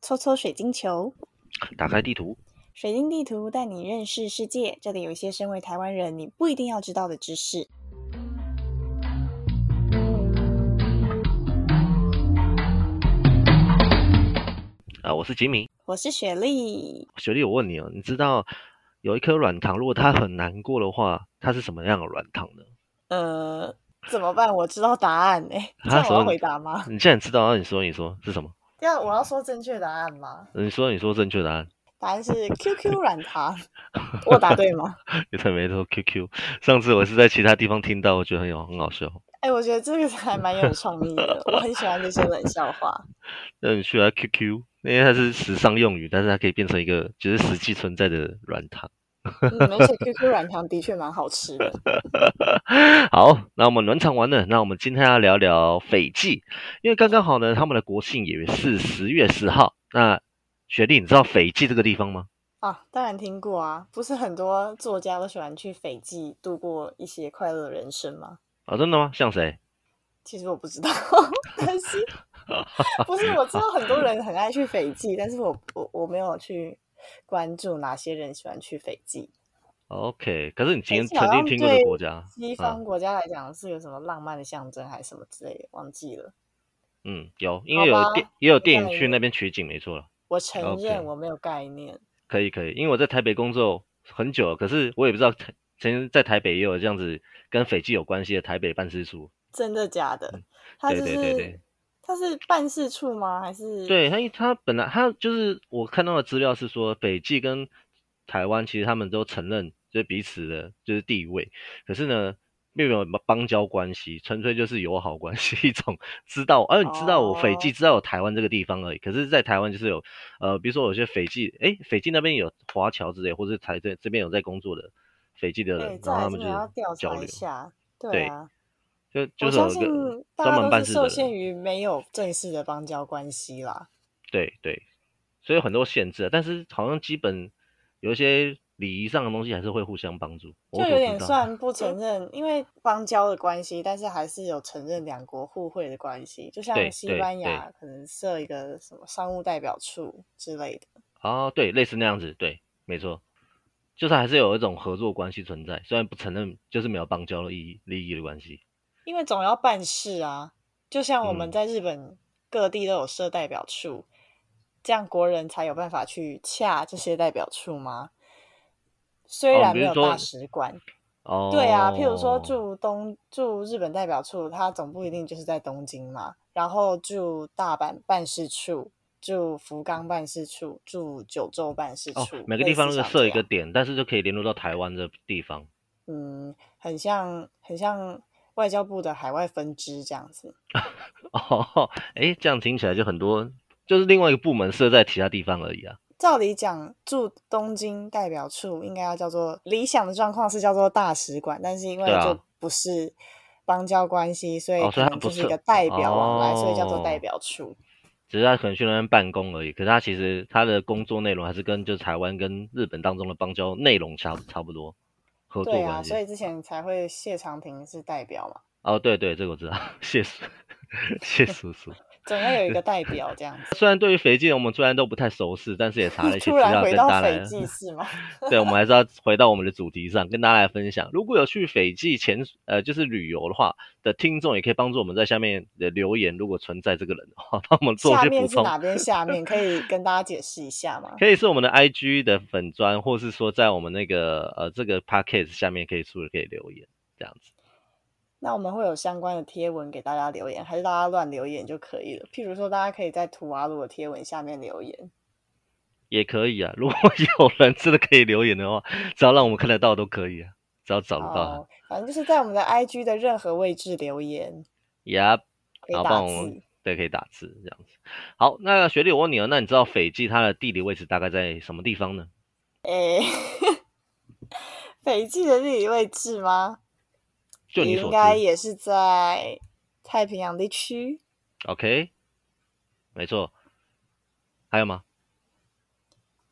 搓搓水晶球，打开地图，水晶地图带你认识世界。这里有一些身为台湾人你不一定要知道的知识。啊，我是吉米。我是雪莉，雪莉，我问你哦，你知道有一颗软糖，如果它很难过的话，它是什么样的软糖呢？呃，怎么办？我知道答案哎、欸，这啊样什我么要回答 吗？你既然知道，啊那你说，你说是什么？要我要说正确答案吗？你说，你说正确答案。答案是 QQ 软糖，我答对吗？你才没说 QQ。上次我是在其他地方听到，我觉得很有很好笑。 哎、我觉得这个还蛮有创意的，我很喜欢这些冷笑话。那你去它 QQ，因为它是时尚用语，但是它可以变成一个就是实际存在的软糖。嗯，而且 QQ 软糖的确蛮好吃的。 好，那我们暖场完了，那我们今天要聊聊斐济，因为刚刚好呢，他们的国庆也是十月十号。那雪莉，你知道斐济这个地方吗？啊，当然听过啊，不是很多作家都喜欢去斐济度过一些快乐的人生吗？啊、真的吗？像谁？其实我不知道， 但是 不是我知道很多人很爱去斐济，但是我我我没有去关注哪些人喜欢去斐济。 OK，可是你今天斐济好曾像经听过这个对国家，西方国家来讲是有什么浪漫的象征还是什么之类的，忘记了。嗯，有，因好为有吧电也有电那影你去那边取景，没错了，我承 OK 认我没有概念。可以可以，因为我在台北工作很久了，可是我也不知道台曾经在台北也有这样子跟斐济有关系的台北办事处，真的假的？他嗯对就对是对对他是办事处吗？还是对，他他本来他就是我看到的资料是说，斐济跟台湾其实他们都承认就是彼此的就是地位，可是呢，并没有什么邦交关系，纯粹就是友好关系一种，知道，啊而、你知道我斐济，哦知道有台湾这个地方而已。可是，在台湾就是有，呃，比如说有些斐济，诶，斐济那边有华侨之类，或者台这这边有在工作的斐济的对，人，哎这然后还他是们就的要调是交查一流，下。对对啊，就就我是相有一信个大专家门都办是事的受人限。于没有正式的邦交关系啦。对对，所以有很多限制啊，但是好像基本有一些礼仪上的东西还是会互相帮助。就我有所知点道，算不 承认，因为邦交的关系，但是还是有承认两国互惠的关系。就对像西对班对牙可能设一个什么商务代表处之类的。啊，对，类似那样子，对，没错，就是还是有一种合作关系存在，虽然不承认就是没有邦交的意义利益的关系。因为总要办事啊，就像我们嗯在日本各地都有设代表处，这样国人才有办法去洽这些代表处吗？虽哦然比没如有说大使馆，哦，对啊，譬如说驻东驻日本代表处，它总部一定就是在东京嘛，然后驻大阪办事处、驻福冈办事处、驻九州办事哦处，，每个类地方似都像设这一个样，点，但是就可以联络到台湾这地方。嗯，很像很像外交部的海外分支这样子。哦，哎，这样听起来就很多，就是另外一个部门设在其他地方而已啊。照理讲，驻东京代表处应该要叫做理想的状况是叫做大使馆，但是因为对啊就不是邦交关系，所以哦，所可以它能不就是一设个代表往来，所以叫做代哦表处。只是他可能去那边办公而已。可是他其实他的工作内容还是跟就是台湾跟日本当中的邦交内容差不差不多，合作对啊，关系。所以之前才会谢长廷是代表嘛，哦，对对，这个我知道， 谢叔，谢叔叔。总要有一个代表这样 子。虽然对于斐济我们虽然都不太熟悉，但是也查了一些突资然料回跟到大家斐来， 济是吗？ 对，我们还是要回到我们的主题上，跟大家来分享。如果有去斐济前呃就是旅游的话的听众，也可以帮助我们在下面的留言，如果存在这个人的话，帮我们做一下些补面是充。哪边？下面可以跟大家解释一下吗？可以是我们的 IG 的粉砖，或是说在我们那个呃这个 podcast 下面可以出可以留言这样子。那我们会有相关的贴文给大家留言，还是大家乱留言就可以了？譬如说，大家可以在图瓦鲁的贴文下面留言。也可以啊，如果嗯有人真的可以留言的话，只要让我们看得到都可以啊，只要找得到哦，反正就是在我们的 IG 的任何位置留言，也要可好以帮打我们字。对可以打字这样子。好，那学弟我问你哦，那你知道斐济它的地理位置大概在什么地方呢？诶、斐济的地理位置吗？就你应所该知也是在太平洋地区。 ，OK？没错，还有吗？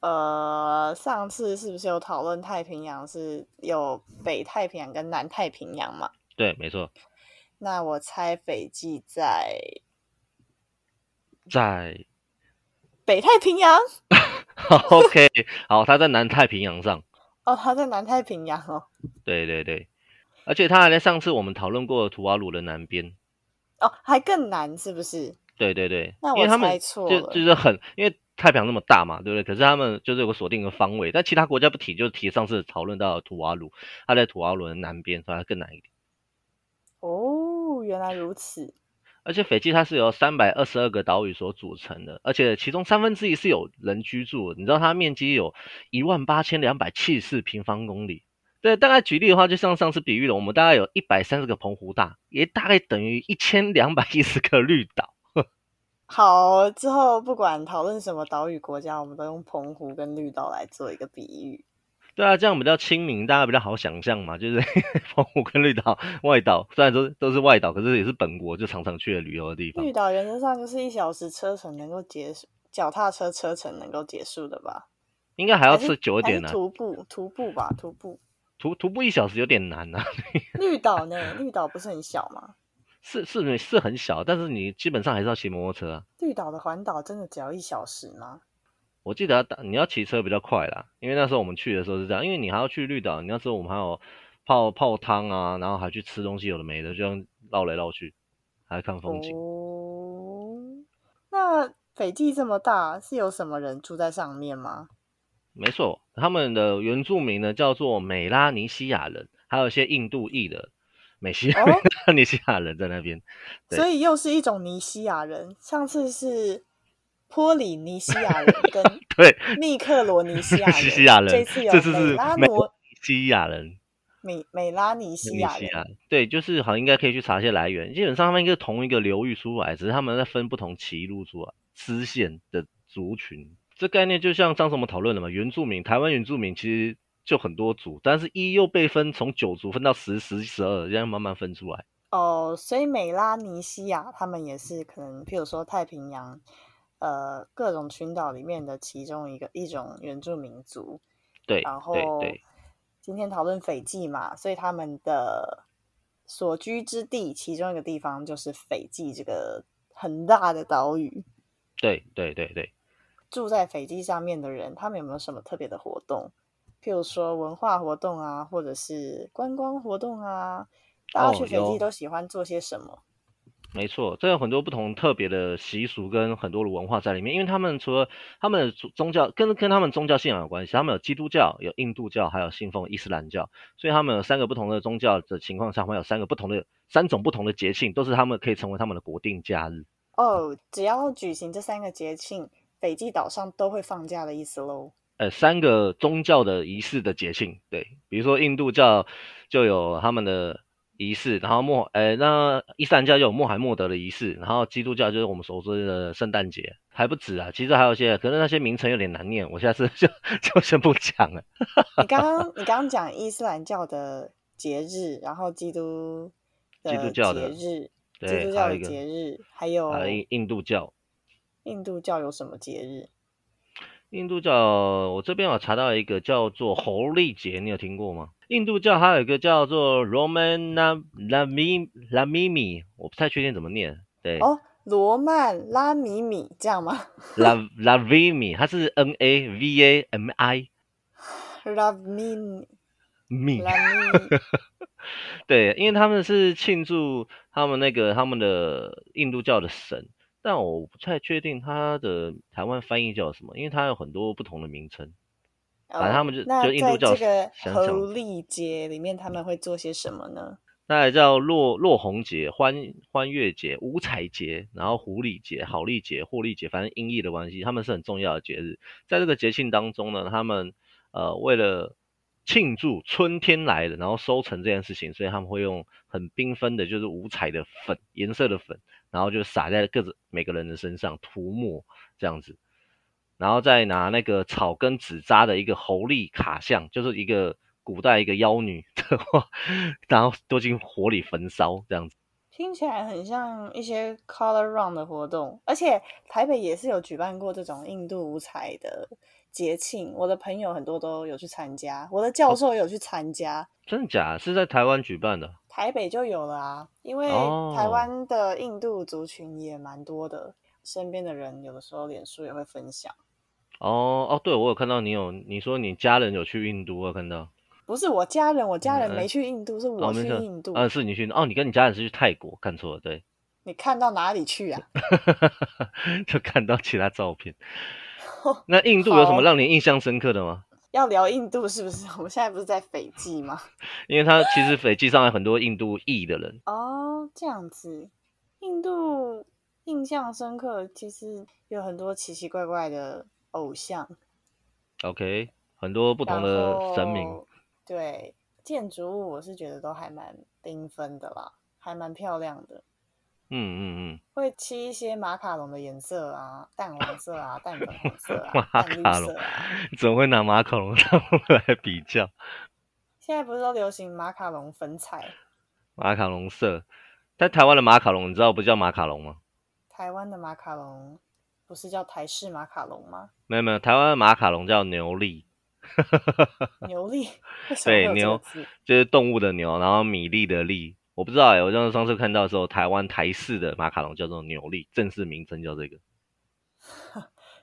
呃，上次是不是有讨论太平洋是有北太平洋跟南太平洋嘛？对，没错，那我猜斐济在在北太平洋。好 OK，好，他在南太平洋上，哦，他在南太平洋哦。对对对，而且他还在上次我们讨论过的图瓦鲁的南边。哦，还更难是不是？对对对，那因为我他们猜错就了。就是很，因为太平洋那么大嘛，对不对？可是他们就是有个锁定的方位，但其他国家不提，就是提上次讨论到的图瓦鲁，它在图瓦鲁的南边，所以它更南一点。哦，原来如此。而且斐济它是由三百二十二个岛屿所组成的，而且其中三分之一是有人居住的。你知道它面积有一万八千两百七十四平方公里。对，大概举例的话，就像上次比喻了，我们大概有一百三十个澎湖大，也大概等于一千两百一十个绿岛。好，之后不管讨论什么岛屿国家，我们都用澎湖跟绿岛来做一个比喻。对啊，这样比较亲民，大家比较好想象嘛。就是 澎湖跟绿岛、外岛，虽然说都是外岛，可是也是本国就常常去的旅游的地方。绿岛原则上就是一小时车程能够结束，脚踏车车程能够结束的吧？应该还还要是吃久一还是点呢、徒步，徒步吧，徒步。徒徒步一小时有点难啊。绿岛呢？绿岛不是很小吗？是是是很小，但是你基本上还是要骑摩托车啊。绿岛的环岛真的只要一小时吗？我记得要打你要骑车比较快啦，因为那时候我们去的时候是这样，因为你还要去绿岛，你那时候我们还有泡泡汤啊，然后还去吃东西，有的没的，就这样绕来绕去，还看风景。哦，那斐济这么大，是有什么人住在上面 吗？没错，他们的原住民呢叫做美拉尼西亚人，还有一些印度裔的美西哦美拉尼西亚人在那边。对所以又是一种尼西亚人。上次是波里尼西亚人 跟对，密克罗尼 西亚人，西西亚人这次有这次是美拉美罗西亚人，美美拉尼西尼亚西人。亚人对，就是好像应该可以去查一些来源。基本上他们应该是同一个流域出来，只是他们在分不同歧路出来支线的族群。这概念就像上次我们讨论的嘛，原住民，台湾原住民其实就很多族，但是一又被分从九族分到十、十、十二，这样慢慢分出来。哦，所以美拉尼西亚他们也是可能，譬如说太平洋，呃，各种群岛里面的其中一个一种原住民族。对，然对后对，今天讨论斐济嘛，所以他们的所居之地其中一个地方就是斐济这个很大的岛屿。对对对对，住在斐济上面的人，他们有没有什么特别的活动？譬如说文化活动啊，或者是观光活动啊，大家去哦斐济有都喜欢做些什么？没错，这有很多不同特别的习俗跟很多的文化在里面，因为他们除了他们的宗宗教跟跟他们宗教信仰有关系，他们有基督教、有印度教，还有信奉伊斯兰教，所以他们有三个不同的宗教的情况下，会有三个不同的三种不同的节庆，都是他们可以成为他们的国定假日。哦，只要举行这三个节庆，斐济岛上都会放假的意思喽。呃，三个宗教的仪式的节庆，对，比如说印度教就有他们的仪式，然后穆，呃，那伊斯兰教就有穆罕默德的仪式，然后基督教就是我们所说的圣诞节，还不止啊，其实还有一些，可能那些名称有点难念，我下次就 就先不讲了。你刚刚你刚刚讲伊斯兰教的节日，然后基督 基督的教节的日，基督对，教还有的一个节，日，还有还有印印度教，印度教有什么节日？印度教，我这边有查到一个叫做猴历节，你有听过吗？印度教还有一个叫做 Roman Lam Lamim Lamimi，我不太确定怎么念，对。哦，罗曼拉米米这样吗 La Lavimi，它是 N A V A M I ？Love me, me， love me。对，因为他们是庆祝他们那个他们的印度教的神，但我不太确定它的台湾翻译叫什么，因为它有很多不同的名称。 反正他们就哦那就印度在教这个想想猴历节里面，他们会做些什么呢？那还叫落落红节、欢欢月节、五彩节，然后狐狸节、好利节、获利节，反正音译的关系，他们是很重要的节日。在这个节庆当中呢，他们呃为了庆祝春天来了，然后收成这件事情，所以他们会用很缤纷的，就是五彩的粉颜色的粉，然后就撒在各自每个人的身上涂抹这样子，然后再拿那个草跟纸扎的一个猴力卡像，就是一个古代一个妖女的话，然后丢进火里焚烧这样子。听起来很像一些 Color Run 的活动，而且台北也是有举办过这种印度舞彩的节庆。我的朋友很多都有去参加，我的哦教授也有去参加，真的假的？是在台湾举办的？台北就有了啊。因为哦台湾的印度族群也蛮多的，身边的人有的时候脸书也会分享。哦哦，对，我有看到你有，你说你家人有去印度，我有看到。不是我家人，我家人嗯没去印度，是哦我没去事印度。啊，是你去哦，你跟你家人是去泰国，看错了，对， 你看到哪里去啊？ 就看到其他照片。那印度有什么好让你印象深刻的吗？要聊印度是不是？ 我们现在不是在斐济吗？因为他其实斐济上有很多印度裔的人，哦，这样子，印度印象深刻，其实有很多奇奇怪怪的偶像， OK，很多不不同的神哦明。。对，建筑物我是觉得都还蛮缤纷的啦，还蛮漂亮的，嗯嗯会漆一些马卡龙的颜色啊，淡黄色啊，淡粉红色 马啊，淡绿卡龙色啊。嗯，怎么会拿马卡龙当来比较？ 现在不是都流行马卡龙粉彩？马卡龙色，但台湾的马卡龙你知道不叫马卡龙吗？台湾的马卡龙不是叫台式马卡龙吗？没有没有，台湾的马卡龙叫牛粒，牛粒 为什么会有这个对牛字？ 就是动物的牛，然后米粒的粒。我不知道哎、我上上次看到的时候，台湾台式的马卡龙叫做牛粒，正式名称叫这个。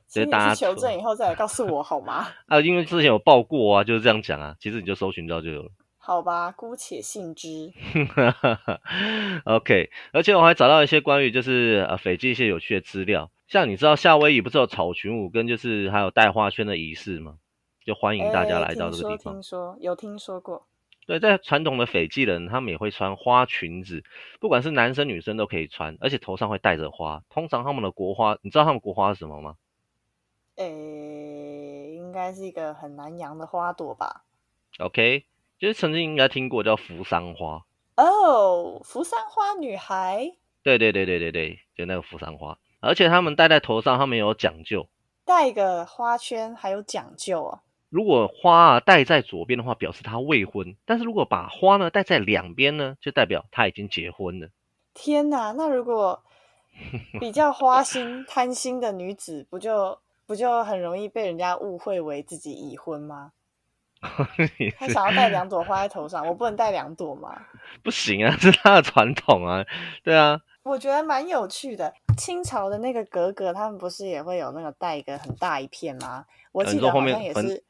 请直接你搭去错求证以后再来告诉我好 吗？啊，因为之前有报过啊，就是这样讲啊，其实你就搜寻到就有了。好吧，姑且信之。 OK，而且我还找到一些关于就是呃斐济一些有趣的资料，像你知道夏威夷不是有草裙舞跟就是还有戴花圈的仪式吗？就欢迎大家哎来到这个地听说方。听说有听说过，对，在传统的斐济人，他们也会穿花裙子，不管是男生女生都可以穿，而且头上会戴着花。通常他们的国花，你知道他们国花是什么吗？诶，应该是一个很难养的花朵吧？ OK，就是曾经应该听过叫扶桑花。哦，扶桑花女孩对对对对对对，就那个扶桑花。而且他们戴在头上，他们也有讲究。戴个花圈还有讲究哦。如果花啊戴在左边的话，表示他未婚；但是如果把花呢戴在两边呢，就代表他已经结婚了。 天哪，那如果比较花心、贪心的女子，不就不就很容易被人家误会为自己已婚吗？也她是想要戴两朵花在头上，我不能戴两朵吗？不行啊， 这是他的传统啊。对啊，我觉得蛮有趣的。清朝的那个格格，他们不是也会有那个带一个很大一片吗？我呃记你说得后好面像也反是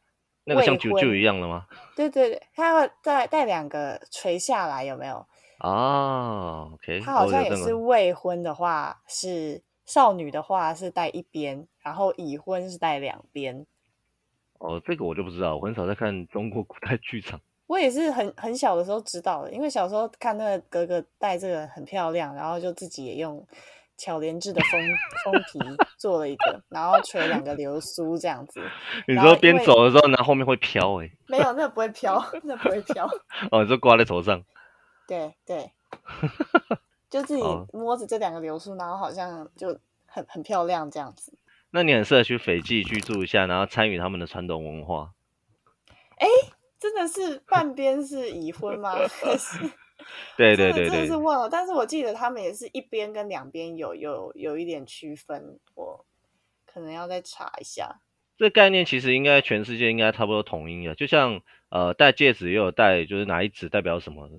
那个像未啾婚啾一样的吗？对对对，他会带带两个垂下来，有没有？啊，OK，他好我像有也这是个未婚的话是少女的话是带一边，然后已婚是带两边。哦，这个我就不知道，我很少在看中国古代剧场。我也是很很小的时候知道的，因为小时候看那个格格戴这个很漂亮，然后就自己也用巧莲制的封封皮做了一个，然后垂两个流苏这样子。你然后说因边为走的时候，然后后面会飘哎、没有，那不会飘，那不会飘。哦，你说挂在头上。 对 对，就自己好摸着这两个流苏，然后好像就很很漂亮这样子。那你很适合去斐济居住一下，然后参与他们的传统文化。真的是半边是已婚吗？ 还是对真对的对真的对是，忘了。但是我记得他们也是一边跟两边有有有一点区分，我可能要再查一下。这概念其实应该全世界应该差不多统一的，就像呃戴戒指也有戴，就是哪一指代表什么的。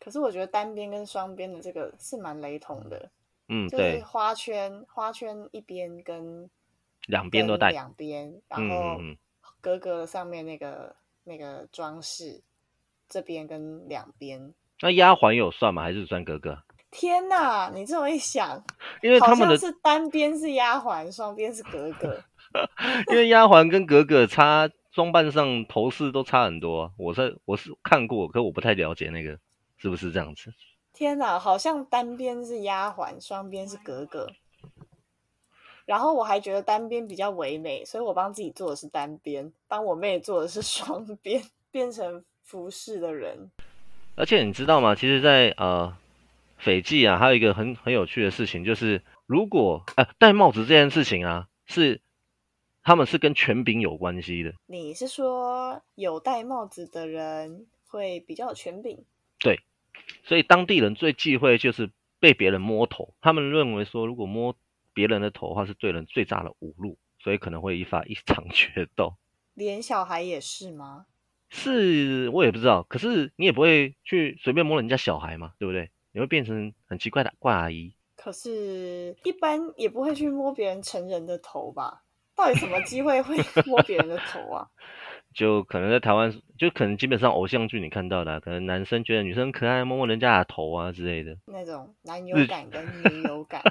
可是我觉得单边跟双边的这个是蛮雷同的，嗯，就是对，花圈花圈一边跟两边都跟戴。两边，然嗯后嗯嗯，格格的上面那个那个装饰，这边跟两边。那丫鬟有算吗？还是算哥哥？天哪！你这么一想，因为好他们像的是单边是丫鬟，双边是格格。因为丫鬟跟格格差装扮上头饰都差很多啊、我是我是看过，可我不太了解那个是不是这样子。天哪，好像单边是丫鬟，双边是格格。然后我还觉得单边比较唯美，所以我帮自己做的是单边，帮我妹做的是 双边，变成服饰的人。而且你知道吗？其实在，呃斐济啊，还有一个很很有趣的事情，就是如果呃戴帽子这件事情啊，是他们是跟权柄有关系的。你是说有戴帽子的人会比较有权柄？所以当地人最忌讳就是被别人摸头，他们认为说，如果摸别人的头的话，是对人最大的侮辱，所以可能会引发一场决斗。连小孩也是吗？是我也不知道，可是你也不会去随便摸人家小孩嘛，对不对？你会变成很奇怪的怪阿姨。可是，一般也不会去摸别人成人的头吧？到底什么机会 会摸别人的头啊？就可能在台湾，就可能基本上偶像剧你看到的啊、可能男生觉得女生可爱，摸摸人家的头啊之类的，那种男日友感跟女友感，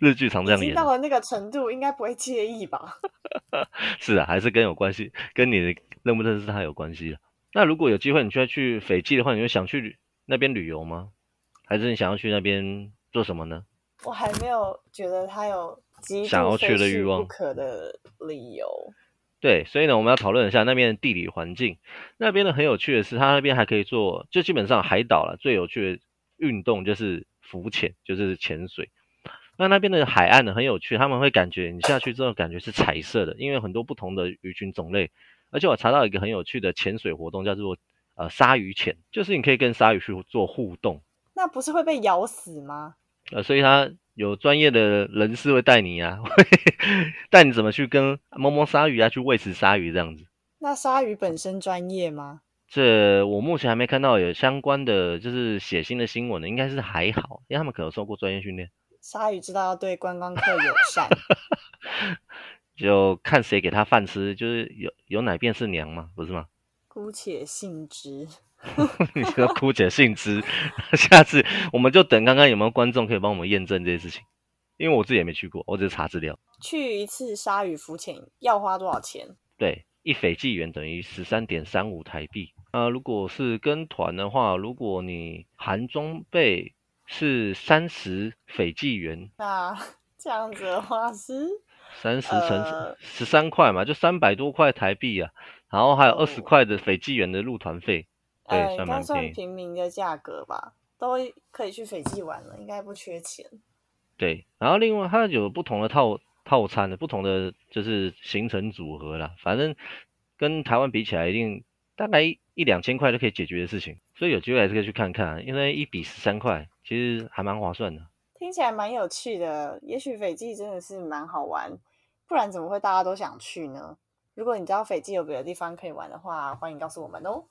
日剧常已这样经演到。了那个程度，应该不会介意吧？ 是啊，还是跟有关系，跟你的认不认识他有关系的。啊那如果有机会你就要去斐济的话，你会想去旅那边旅游吗？还是你想要去那边做什么呢？我还没有觉得他有极想要度非去的欲去望不可的理由。对，所以呢，我们要讨论一下那边的地理环境。那边呢很有趣的是，它那边还可以做，就基本上海岛了，最有趣的运动就是浮潜，就是潜水。那那边的海岸呢很有趣，他们会感觉你下去之后感觉是彩色的，因为有很多不同的鱼群种类。而且我查到一个很有趣的潜水活动，叫做呃鲨鱼潜，就是你可以跟鲨鱼去做互动。那不是会被咬死吗？呃，所以他有专业的人士会带你啊， 会带你怎么去跟摸摸鲨鱼啊，去喂食鲨鱼这样子。那鲨鱼本身专业吗？这我目前还没看到有相关的就是血腥的新闻呢，应该是还好，因为他们可能受过专业训练，鲨鱼知道要对观光客友 善，就看谁给他饭吃，就是有有奶便是娘嘛，不是吗？ 姑且信之。你说姑且信之， 下次我们就等看看有没有观众可以帮我们验证这些事情，因为我自己也没去过，我只是查资料。去一次鲨鱼浮潜要花多少钱？对，一斐济元等于十三点三五台币。呃，如果是跟团的话，如果你含装备是三十斐济元，那 这样子的话是三十乘呃十三块嘛，就三百多块台币啊，然后还有二哦十块的斐济元的入团费， 对呃，算应蛮该算便宜平民的价格吧，都可以去斐济玩了，应该不缺钱。对，然后另外它有不同的套套餐的，不同的就是行程组合啦，反正跟台湾比起来，一定大概一一两千块就可以解决的事情，所以有机会还是可以去看看啊，因为一比十三块其实还蛮划算的。听起来蛮有趣的，也许斐济真的是蛮好玩，不然怎么会大家都想去呢？如果你知道斐济有别的地方可以玩的话，欢迎告诉我们哦。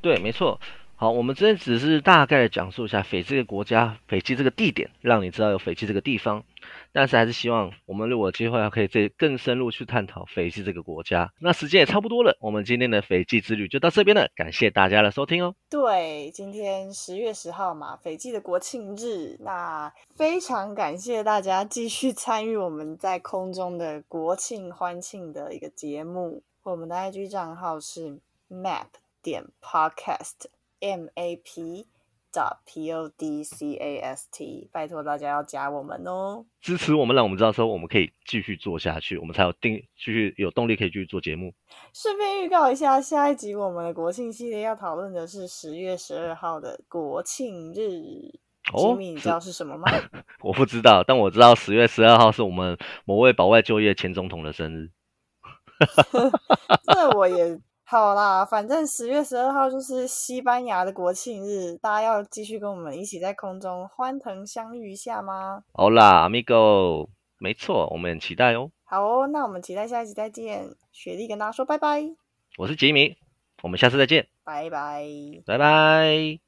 对，没错。好，我们这边只是大概的讲述一下斐济这个国家、斐济这个地点，让你知道有斐济这个地方。但是还是希望我们如果有机会，可以再更深入去探讨斐济这个国家。那时间也差不多了，我们今天的斐济之旅就到这边了，感谢大家的收听哦。对，今天十月十号嘛，斐济的国庆日，那非常感谢大家继续 参与我们在空中的国庆欢庆的一个节目。我们的 IG 账号是 map 点 podcast m a p dot p o d c a s t，拜托大家要加我们哦。支持我们，让我们知道说我们可以继续做下去，我们才有定继续有动力可以继续做节目。顺便预告一下，下一集我们的国庆系列要讨论的是十月十二号的国庆日。吉哦米，你知是道是什么吗？我不知道，但我知道十月十二号是我们某位保外就业前总统的生日。 这我也好啦，反正十月十二号就是西班牙的国庆日，大家要继续跟我们一起在空中欢腾相遇一下吗？好啦，amigo，没错，我们很期待哦。好哦，那我们期待下一集再见。雪莉跟大家说拜拜，我是吉米，我们下次再见，拜拜。拜拜。